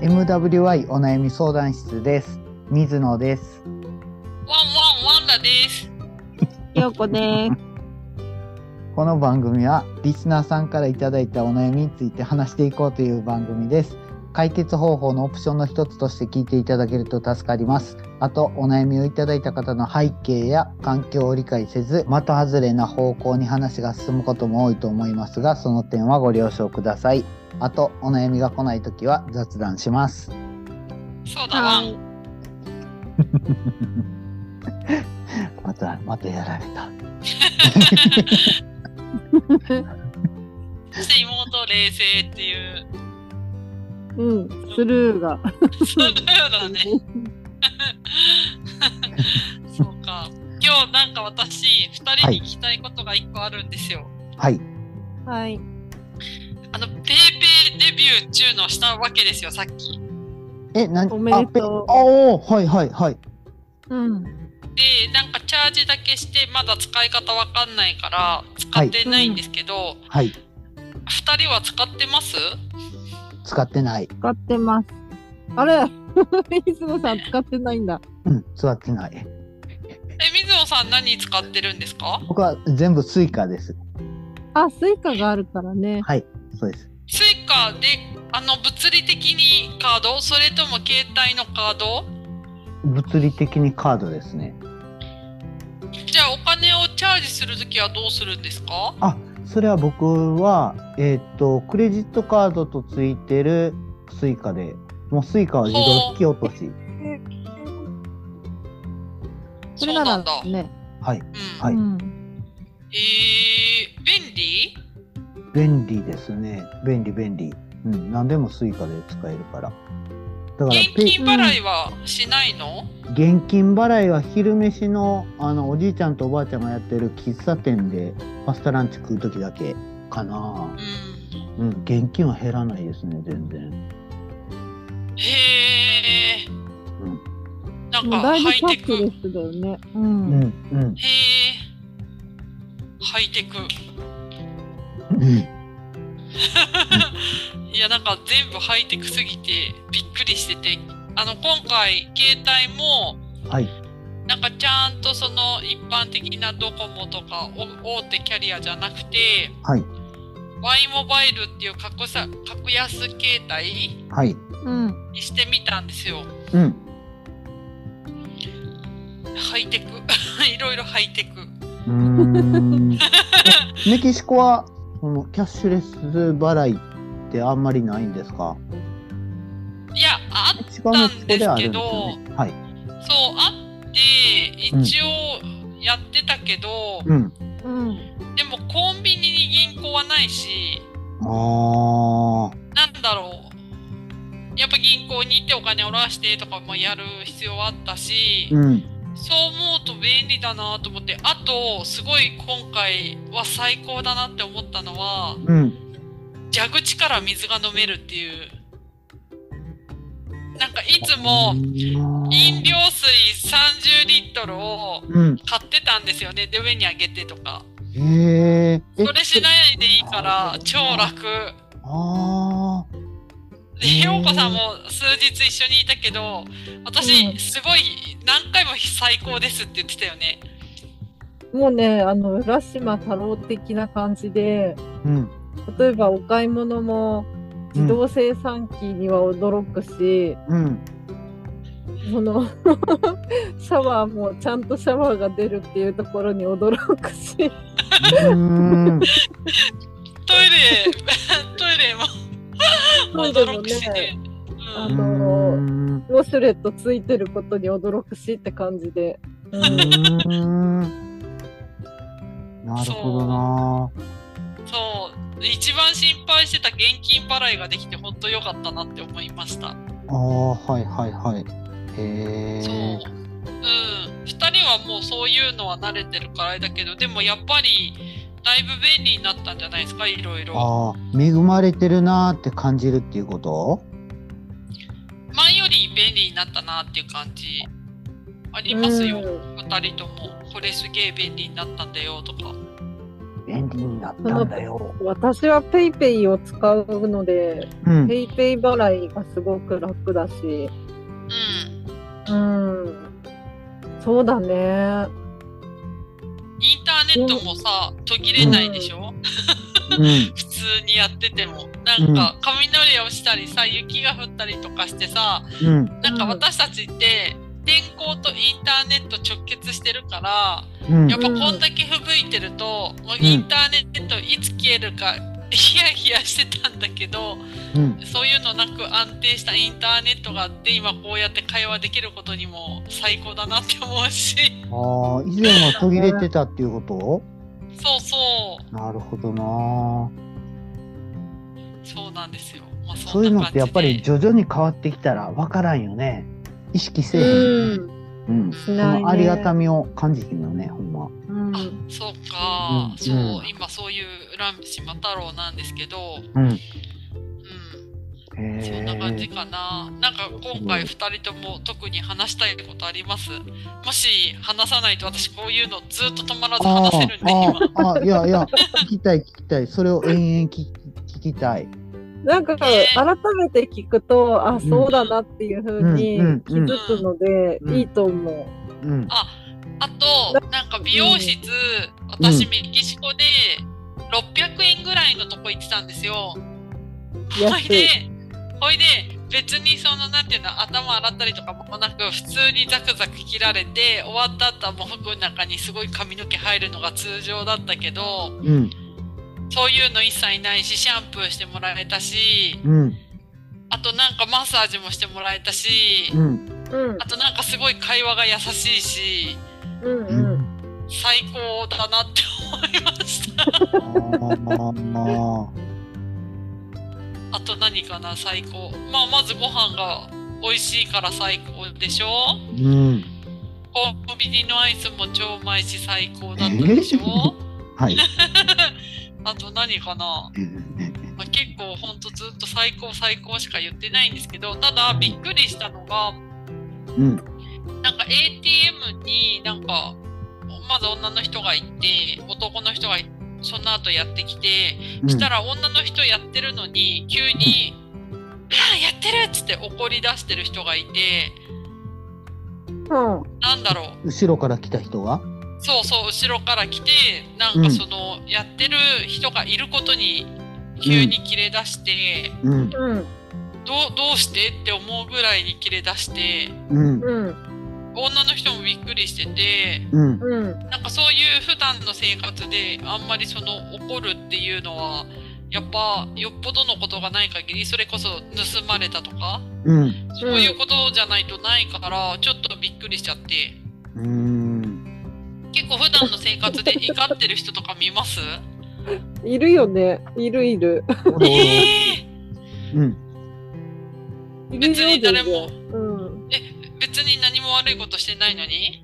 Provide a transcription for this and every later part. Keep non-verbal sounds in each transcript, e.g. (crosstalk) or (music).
MWI お悩み相談室です。水野です。ワンワンワンダです。ようこです。この番組はリスナーさんからいただいたお悩みについて話していこうという番組です。解決方法のオプションの一つとして聞いていただけると助かります。あと、お悩みをいただいた方の背景や環境を理解せず、的外れな方向に話が進むことも多いと思いますが、その点はご了承ください。あと、お悩みが来ないときは雑談します。そうだワン。い。また、またやられた。そして妹冷静って (laughs) いう。うん、スルーが。そう (laughs) だね。そうか。今日なんか私、二人に聞きたいことが一個あるんですよ。はい。はい。あの、ペーペーデビュー中のしたわけですよ、さっき。え、なんおめでとうあ、おおー、はいはいはい。うん。で、なんかチャージだけして、まだ使い方わかんないから、使ってないんですけど、はい。二、人は使ってます使ってない。使ってます。あれ (laughs) 水野さん使ってないんだ。うん、使ってない。え、水野さん何使ってるんですか僕は全部スイカです。あ、スイカがあるからね。はい、そうです。スイカであの物理的にカードそれとも携帯のカード物理的にカードですね。じゃあお金をチャージするときはどうするんですかあ、それは僕は、えーっと、クレジットカードとついてるスイカで、もうスイカは自動引き落とし。そそうれななんらだ、ね。はい、うんはいうん。えー、便利便利ですね。便利便利。うん、何でもスイカで使えるから。だから現ペイ金払いはしないの、現金払いは昼飯のあのおじいちゃんとおばあちゃんがやってる喫茶店でパスタランチ食う時だけかなううん、ん現金は減らないですね全然へえ、うなんもかうだいぶハキイャテッシクュへレスだよね。う。うんんうんえハイテクうんいやなんか全部ハイテクすぎてびっくりしててあの今回携帯もはいなんかちゃんとその一般的なドコモとかお大手キャリアじゃなくてはい Y モバイルっていう格さ格安携帯はいうん。にしてみたんですよ。うんハイテク (laughs) いろいろハイテク。うーんえメキシコはこのキャッシュレス払いってあんまりないんですかいやあそう一番メキシコではあるんですよなんねはいあって一応やってたけど、うんうん。でもコンビニに銀行はないしあなんだろうやっぱ銀行に行ってお金を下ろしてとかもやる必要はあったし。ーうんそう思うと便利だなと思ってあとすごい今回は最高だなって思ったのはうん蛇口から水が飲めるっていうなんかいつも飲料水30リットルをうん買ってたんですよねで上にあげてとかへええそれしないでいいから超楽ああ、でへーひよこさんも数日一緒にいたけどうん私すごい何回も最高ですって言ってたよねもうね、あの、浦島太郎的な感じで、うん、例えばお買い物も自動生産機には驚くし、うん、その (laughs) シャワーもちゃんとシャワーが出るっていうところに驚くしうん、トイレ (laughs) トイレもトイレも驚くしねね。あうのうん、ウォシュレットついてることに驚くしって感じで、うんうんなるほどな。ん、そう一番心配してた現金払いができて本当良かったなって思いました。ああ、はいはいはい。へそう、え、うん、2人はもうそういうのは慣れてるからあれだけどでもやっぱりだいぶ便利になったんじゃないですかいろいろ。ああ、恵まれてるなーって感じるっていうこと。前より便利になったなっていう感じありますよ、うん2人ともこれすげえ便利になったんだよとか。便利になったんだよ。私は PayPay ペイペイを使うので、うん。 PayPay ペイペイ払いがすごく楽だし、うん。うん、そうだね。インターネットもさ、途切れないでしょ、うん。普通にやってても。なんか、雷をしたりさ、雪が降ったりとかしてさ、うん。なんかうん私たちって、天候とインターネット直結してるから、うんやっ。ぱこんだけ吹雪いてると、もうインターネットいつ消えるかヒヤヒヤしてたんだけどうん。そういうのなく安定したインターネットがあって今こうやって会話できることにも最高だなって思うしああ、以前は途切れてたっていうことそうそうなるほどな。そうなんですよ、まあ、そういうのってやっぱりそん徐々に変わってきたら分からんよね。意識せえへん。うん、うん。しそないね。のありがたみを感じてるよね、ほんま。うんな感じであそうか、うんそう、うん今そういう浦島太郎なんですけど、うん。うん、へそんな感じえ。かななんか今回2人とも特に話したいことありますもし話さないと私こういうのずっと止まらずあ話せるんで今あ、ああ、いやいや、聞きたい聞きたい。それを延々聞き聞きたい。なんかね改めて聞くと、あ、んそうだなっていうふうにうん気づくので、うんいいと思うん。あとなんか美容室私メキシコで600円ぐらいのとこ行ってたんですよう。ほ安いでい。ほいで別にそのなんていうの頭洗ったりとかもなく普通にザクザク切られて終わった後はもう服の中にすごい髪の毛入るのが通常だったけどうん。そういうの一切ないし、シャンプーしてもらえたし、うん。あとなんかマッサージもしてもらえたし、うん。うんあとなんかすごい会話が優しいし、うんううん。ん。最高だなって思いました。ああ。あと何かな、最高。まあ、まずご飯が美味しいから最高でしょうん。コンビニのアイスも超うまいし最高だったでしょはい。あと何かなまあ、結構ほんとずっと最高最高しか言ってないんですけど、ただびっくりしたのが、うん。なんか ATM になんかまず女の人がいて男の人がいその後やってきて、したら女の人やってるのに急に「ああやってる!」っつって怒り出してる人がいてうんなんだろ後ろから来た人が。うそうそう後ろから来てなんかその、やってる人がいることに急にキレ出して、うん。うんどうどうしてって思うぐらいにキレ出してうん。うん女の人もびっくりしてて。うん。うんなんかそういう普段の生活であんまりその怒るっていうのはやっぱよっぽどのことがない限りそれこそ盗まれたとかうん。そういうことじゃないとないからちょっとびっくりしちゃってうん。結構普段の生活で怒ってる人とか見ますいるよねいるいるえうん。いるよ別に誰も全然ー別に何も悪いことしてないのに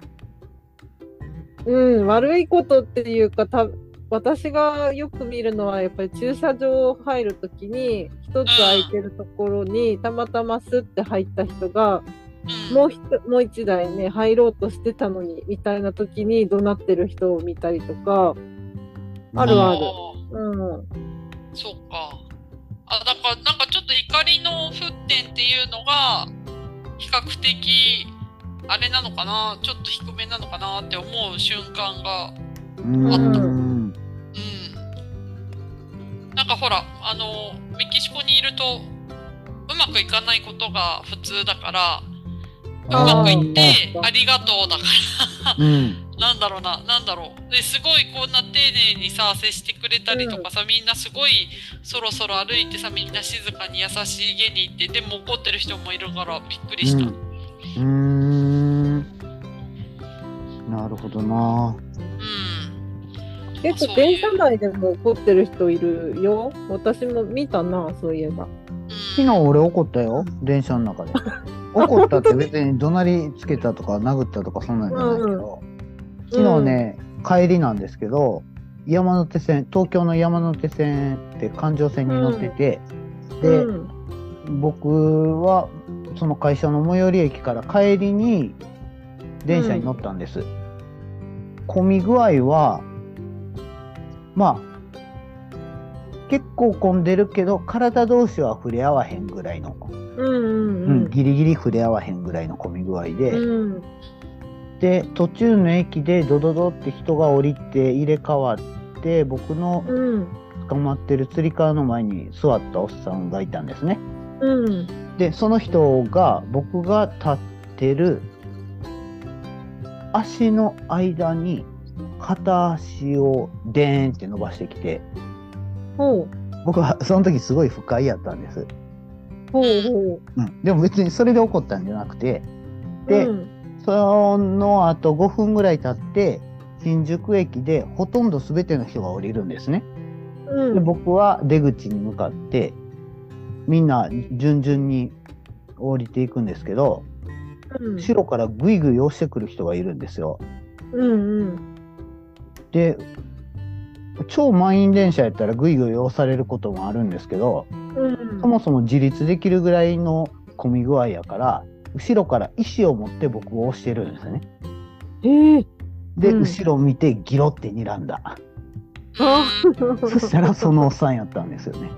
うん、うん、悪いことっていうかた私がよく見るのはやっぱり駐車場入るときに一つ空いてるところにたまたますって入った人がうんもうひともう一台ね入ろうとしてたのにみたいなときに怒鳴ってる人を見たりとか、あるわあるうん、そうかあだからなんかちょっと怒りの沸点っていうのが比較的あれなのかなちょっと低めなのかなって思う瞬間がうん。うんなんかほらあのメキシコにいるとうまくいかないことが普通だからうまくいってあーありがとうだかうん。らなんだろうななんだろうですごいこんな丁寧にさ接してくれたりとかさ、みんなすごいそろそろ歩いてさみんな静かに優しい家に行ってでも怒ってる人もいるからびっくりした。うん。なるほどな。うん結構電車内でも怒ってる人いるよ私も見たなそういえば。昨日俺怒ったよ、電車の中で。怒ったって別に怒鳴りつけたとか殴ったとかそんなんじゃないけど、昨日ね、帰りなんですけど、山手線、東京の山手線って環状線に乗ってて、で、うん僕はその会社の最寄り駅から帰りに電車に乗ったんです。混み具合はまあ結構混んでるけど体同士は触れ合わへんぐらいの、うんううんんギリギリ触れ合わへんぐらいの混み具合で、うん。うん。で途中の駅でドドドって人が降りて入れ替わって僕のうん。捕まってるつり革の前に座ったおっさんがいたんですね。うん。でその人が僕が立ってる足の間に片足をデーンって伸ばしてきてほう。僕はその時すごい不快やったんです、ほうほうん、でも別にそれで怒ったんじゃなくてう。でうんその後5分ぐらい経って新宿駅でほとんど全ての人が降りるんですねうでん。僕は出口に向かってみんな順々に降りていくんですけど、うん後ろからぐいぐい押してくる人がいるんですよ。うんうん。で超満員電車やったらぐいぐい押されることもあるんですけどうん。そもそも自立できるぐらいの混み具合やから後ろから意思を持って僕を押してるんですね。ええ。で、うん後ろ見てギロって睨んだあうんそしたらそのおっさんやったんですよね。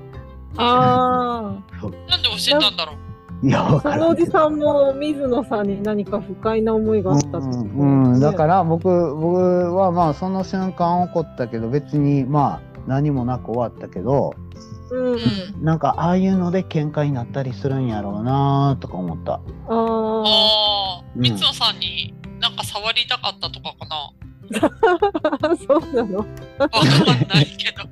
(laughs) ああ。なんで教えたんだろう。いやわそからのおんけじどさんも水野さんに何か不快な思いがあったってこと。うんうんだからら僕僕はまあその瞬間怒ったけど別にまあ何もなく終わったけど、うん。なんかああいうので喧嘩になったりするんやろうなとか思った。あああ、うん三野さんになんか触りたかったとかかな。あ。 (laughs) そうなの。わかんないけど。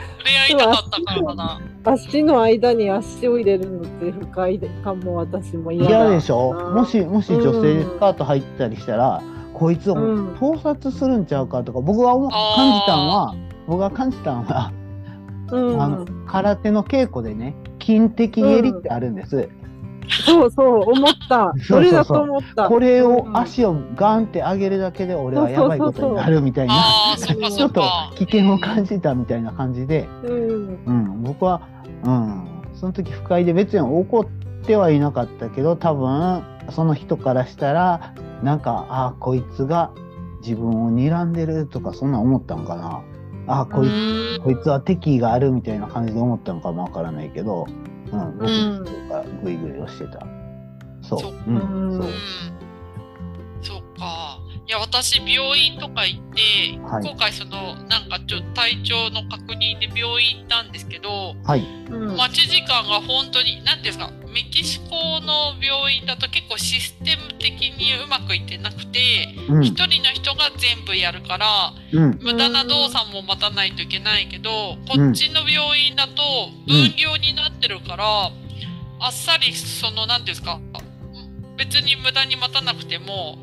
触れ合いたかったからかな。足の間に足を入れるのって不快感も私も嫌だ。嫌でしょうんもしもし女性でうんスカート入ったりしたら、こいつをうん盗撮するんちゃうかとか僕は思う感じたんは僕が感じたんは、うん。あの空手の稽古でね筋的襟ってあるんです、そうそう、思った。そうそうそうそれだと思った。これをうん足をガンって上げるだけで俺はやばいことになるみたいなああ、そっかちそょっっとか。危険を感じたみたいな感じで。うん。うん、僕は、うん、その時不快で別に怒ってはいなかったけど多分その人からしたらなんかああこいつが自分を睨んでるとかそんなん思ったんかなああこいつ、うんこいつは敵意があるみたいな感じで思ったのかもわからないけど、うん、僕うんがグイグイをしてた。そうそっううんん、そううんそうか。いや、私、病院とか行って、はい今回、その、なんか、ちょっと体調の確認で病院行ったんですけど、はい、うん。待ち時間が本当に、なんていうんですか、メキシコの病院だと結構システム的にうまくいってなくて、うん一、人の人が全部やるから、うん、無駄な動作も待たないといけないけど、こっちの病院だと分業になってるから、あっさりその何ですか別に無駄に待たなくても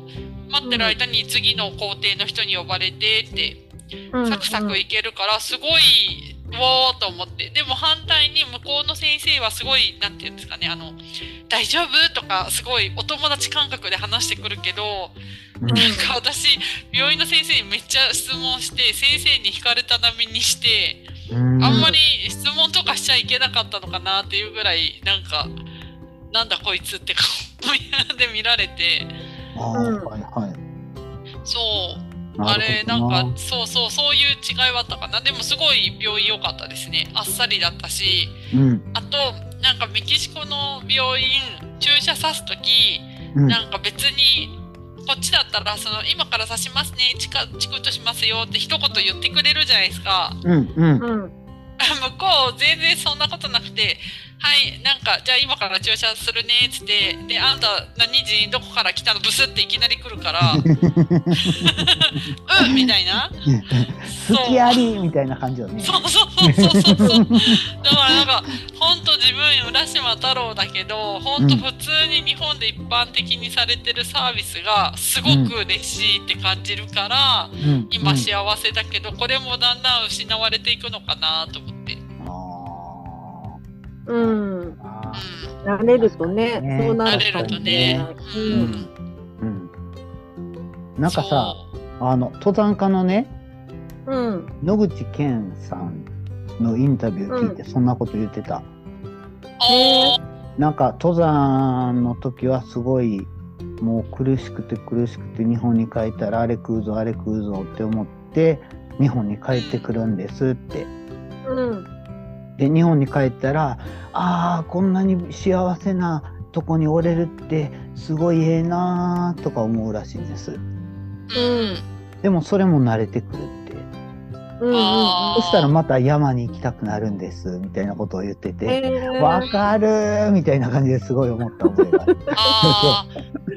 待ってる間に次の工程の人に呼ばれてって、うんサクサクいけるからすごい。おーと思ってでも反対に向こうの先生はすごいなんていうんですかねあの大丈夫とかすごいお友達感覚で話してくるけど、うんなんか私病院の先生にめっちゃ質問して先生に惹かれた波にしてうんあんまり質問とかしちゃいけなかったのかなっていうぐらいなんかなんだこいつって顔 (laughs) で見られてああうんはいはいそるうほどあれなんかそうそうそういう違いはあったかなでもすごい病院良かったですねあっさりだったしうんあとなんかメキシコの病院注射刺す時うんなんか別にこっちだったらその今から刺しますねチカチクッとしますよって一言言ってくれるじゃないですか (laughs) うんうんうん。向こう全然そんなことなくて「はいなんかじゃあ今から注射するね」っつって「であんた何時どこから来たのブス」っていきなり来る (laughs) から「うん」みたいなそう好きありみたいな感じよね。そうそうそうそうそうそうだからなんか本当自分浦島太郎だけど本当普通に日本で一般的にされてるサービスがすごく嬉しいって感じるから。うん今うん幸せだけど、これもだんだん失われていくのかなと思って、うん、あうん。ーあ慣れるとね、ねそうな慣るれとるとねうー、んうん、うん。なんかさ、そうあの登山家のね、うん。野口健さんのインタビュー聞いて、そんなこと言ってた。あーなんか登山の時はすごい。もう苦しくて苦しくて日本に帰ったらあれ食うぞあれ食うぞって思っって日本に帰ってくるんですって。うん。で日本に帰ったらああこんなに幸せなとこにおれるってすごいええなーとか思うらしいんですうん。でもそれも慣れてくるってうん。あそしたらまた山に行きたくなるんですみたいなことを言っててえわかるーみたいな感じですごい思った覚えがあるああ、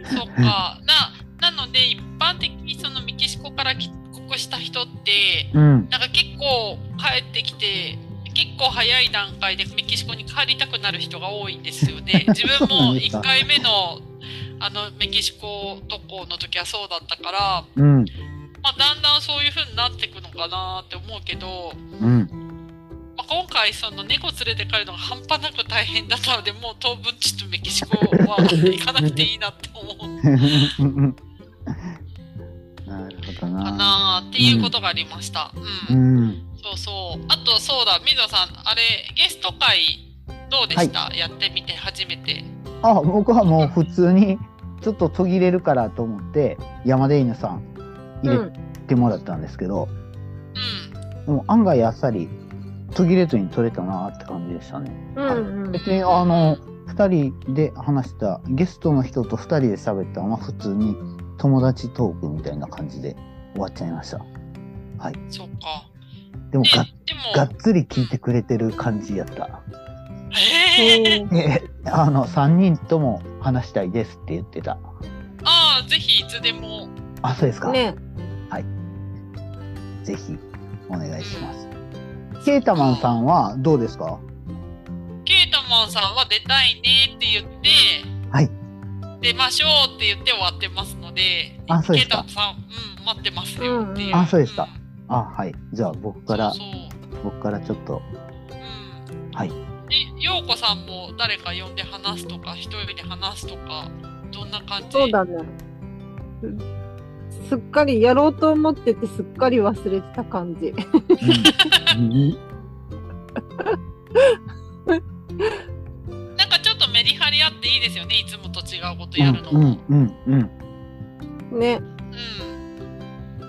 そっか。な、なので、一般的にそのメキシコから帰国した人って、 (laughs) うんなんか結構帰ってきて、結構早い段階でメキシコに帰りたくなる人が多いんですよ (laughs) ね。自そ分うなんもですか1回目のあのメキシコ渡航の時はそうだったから、うんまあ、だんだんそういう風になっていくのかなって思うけど、うんまあ、今回その猫連れて帰るのが半端なく大変だったのでもう当分ちょっとメキシコは行かなくていいなって思う (laughs) なるほどかななっていうことがありました。う、うんんそうそう。あとそうだ、水野さん、あれゲスト会どうでした、やってみて初めて。あ僕はもう普通にちょっと途切れるからと思って山で犬さん入れてもらったんですけど、うん。でも案外あっさり途切れずに取れたなって感じでしたね。うん。うん。別にあの2人で話したゲストの人と2人で喋ったのは普通に友達トークみたいな感じで終わっちゃいました。そうか。でもねが、でも、がっつり聞いてくれてる感じやった。えー、であの3人とも話したいですって言ってた。ああ、ぜひいつでも。あそうですか、ね。ぜひお願いします。ケータマンさんはどうですかケータマンさんは出たいねって言って、はい。出ましょうって言って終わってますので、あそうですケーかタさん、うん、待ってますよっていう。あそうですかん。あはいじゃあ僕からそうそう僕からちょっとうん。はいで、ようこさんも誰か呼んで話すとか、一人で話すとか、どんな感じそうだね。すっかりやろうと思っててすっかり忘れてた感じ。うんなんかちょっとメリハリあっていいですよね、いつもと違うことやるの。うんうんうんね。うん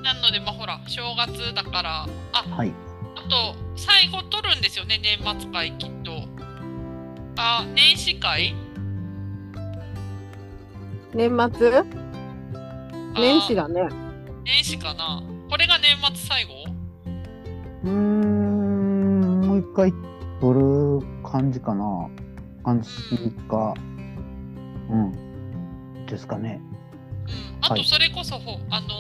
なので、まあほら、正月だから、あ、はいあと、最後取るんですよね、年末会きっと。あ、年始会年末あ年始だね。年始かな。これが年末最後うーんもう一回撮る感じかな感じかうんですかねうん。あはと、いそれこそ、ほあのー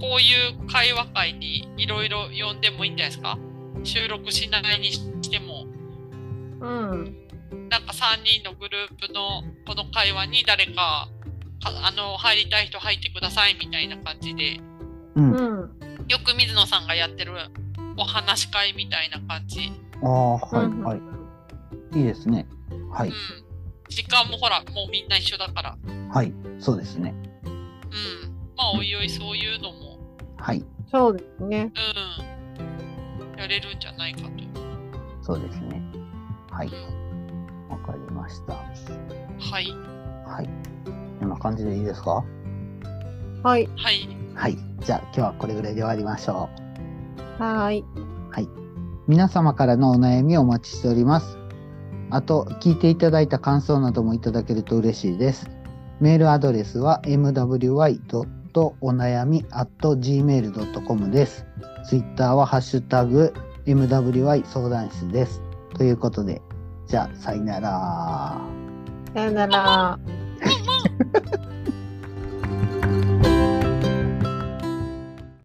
こういう会話会にいろいろ呼んでもいいんじゃないですか収録しないにしても。うん。なんか3人のグループのこの会話に誰か、かあの、入りたい人入ってくださいみたいな感じで。うん、うあん。よく水野さんがやってるお話し会みたいな感じ、あはいうんはいいいですねはういん、時間もほらもうみんな一緒だから、うん、はいそうですねまあおいおいそういうのも、はいそうですね。うん、やれるんじゃないかと、うそうですねはいん、わかりましたははいいこんな感じでいいですかはい。はいはいじゃあ今日はこれぐらいで終わりましょうはーい。皆様からのお悩みをお待ちしております。あと、聞いていただいた感想などもいただけると嬉しいです。メールアドレスは mwy.onayami.gmail.com です。ツイッターはハッシュタグ mwy 相談室です。ということで、じゃあ、さよなら。さよなら。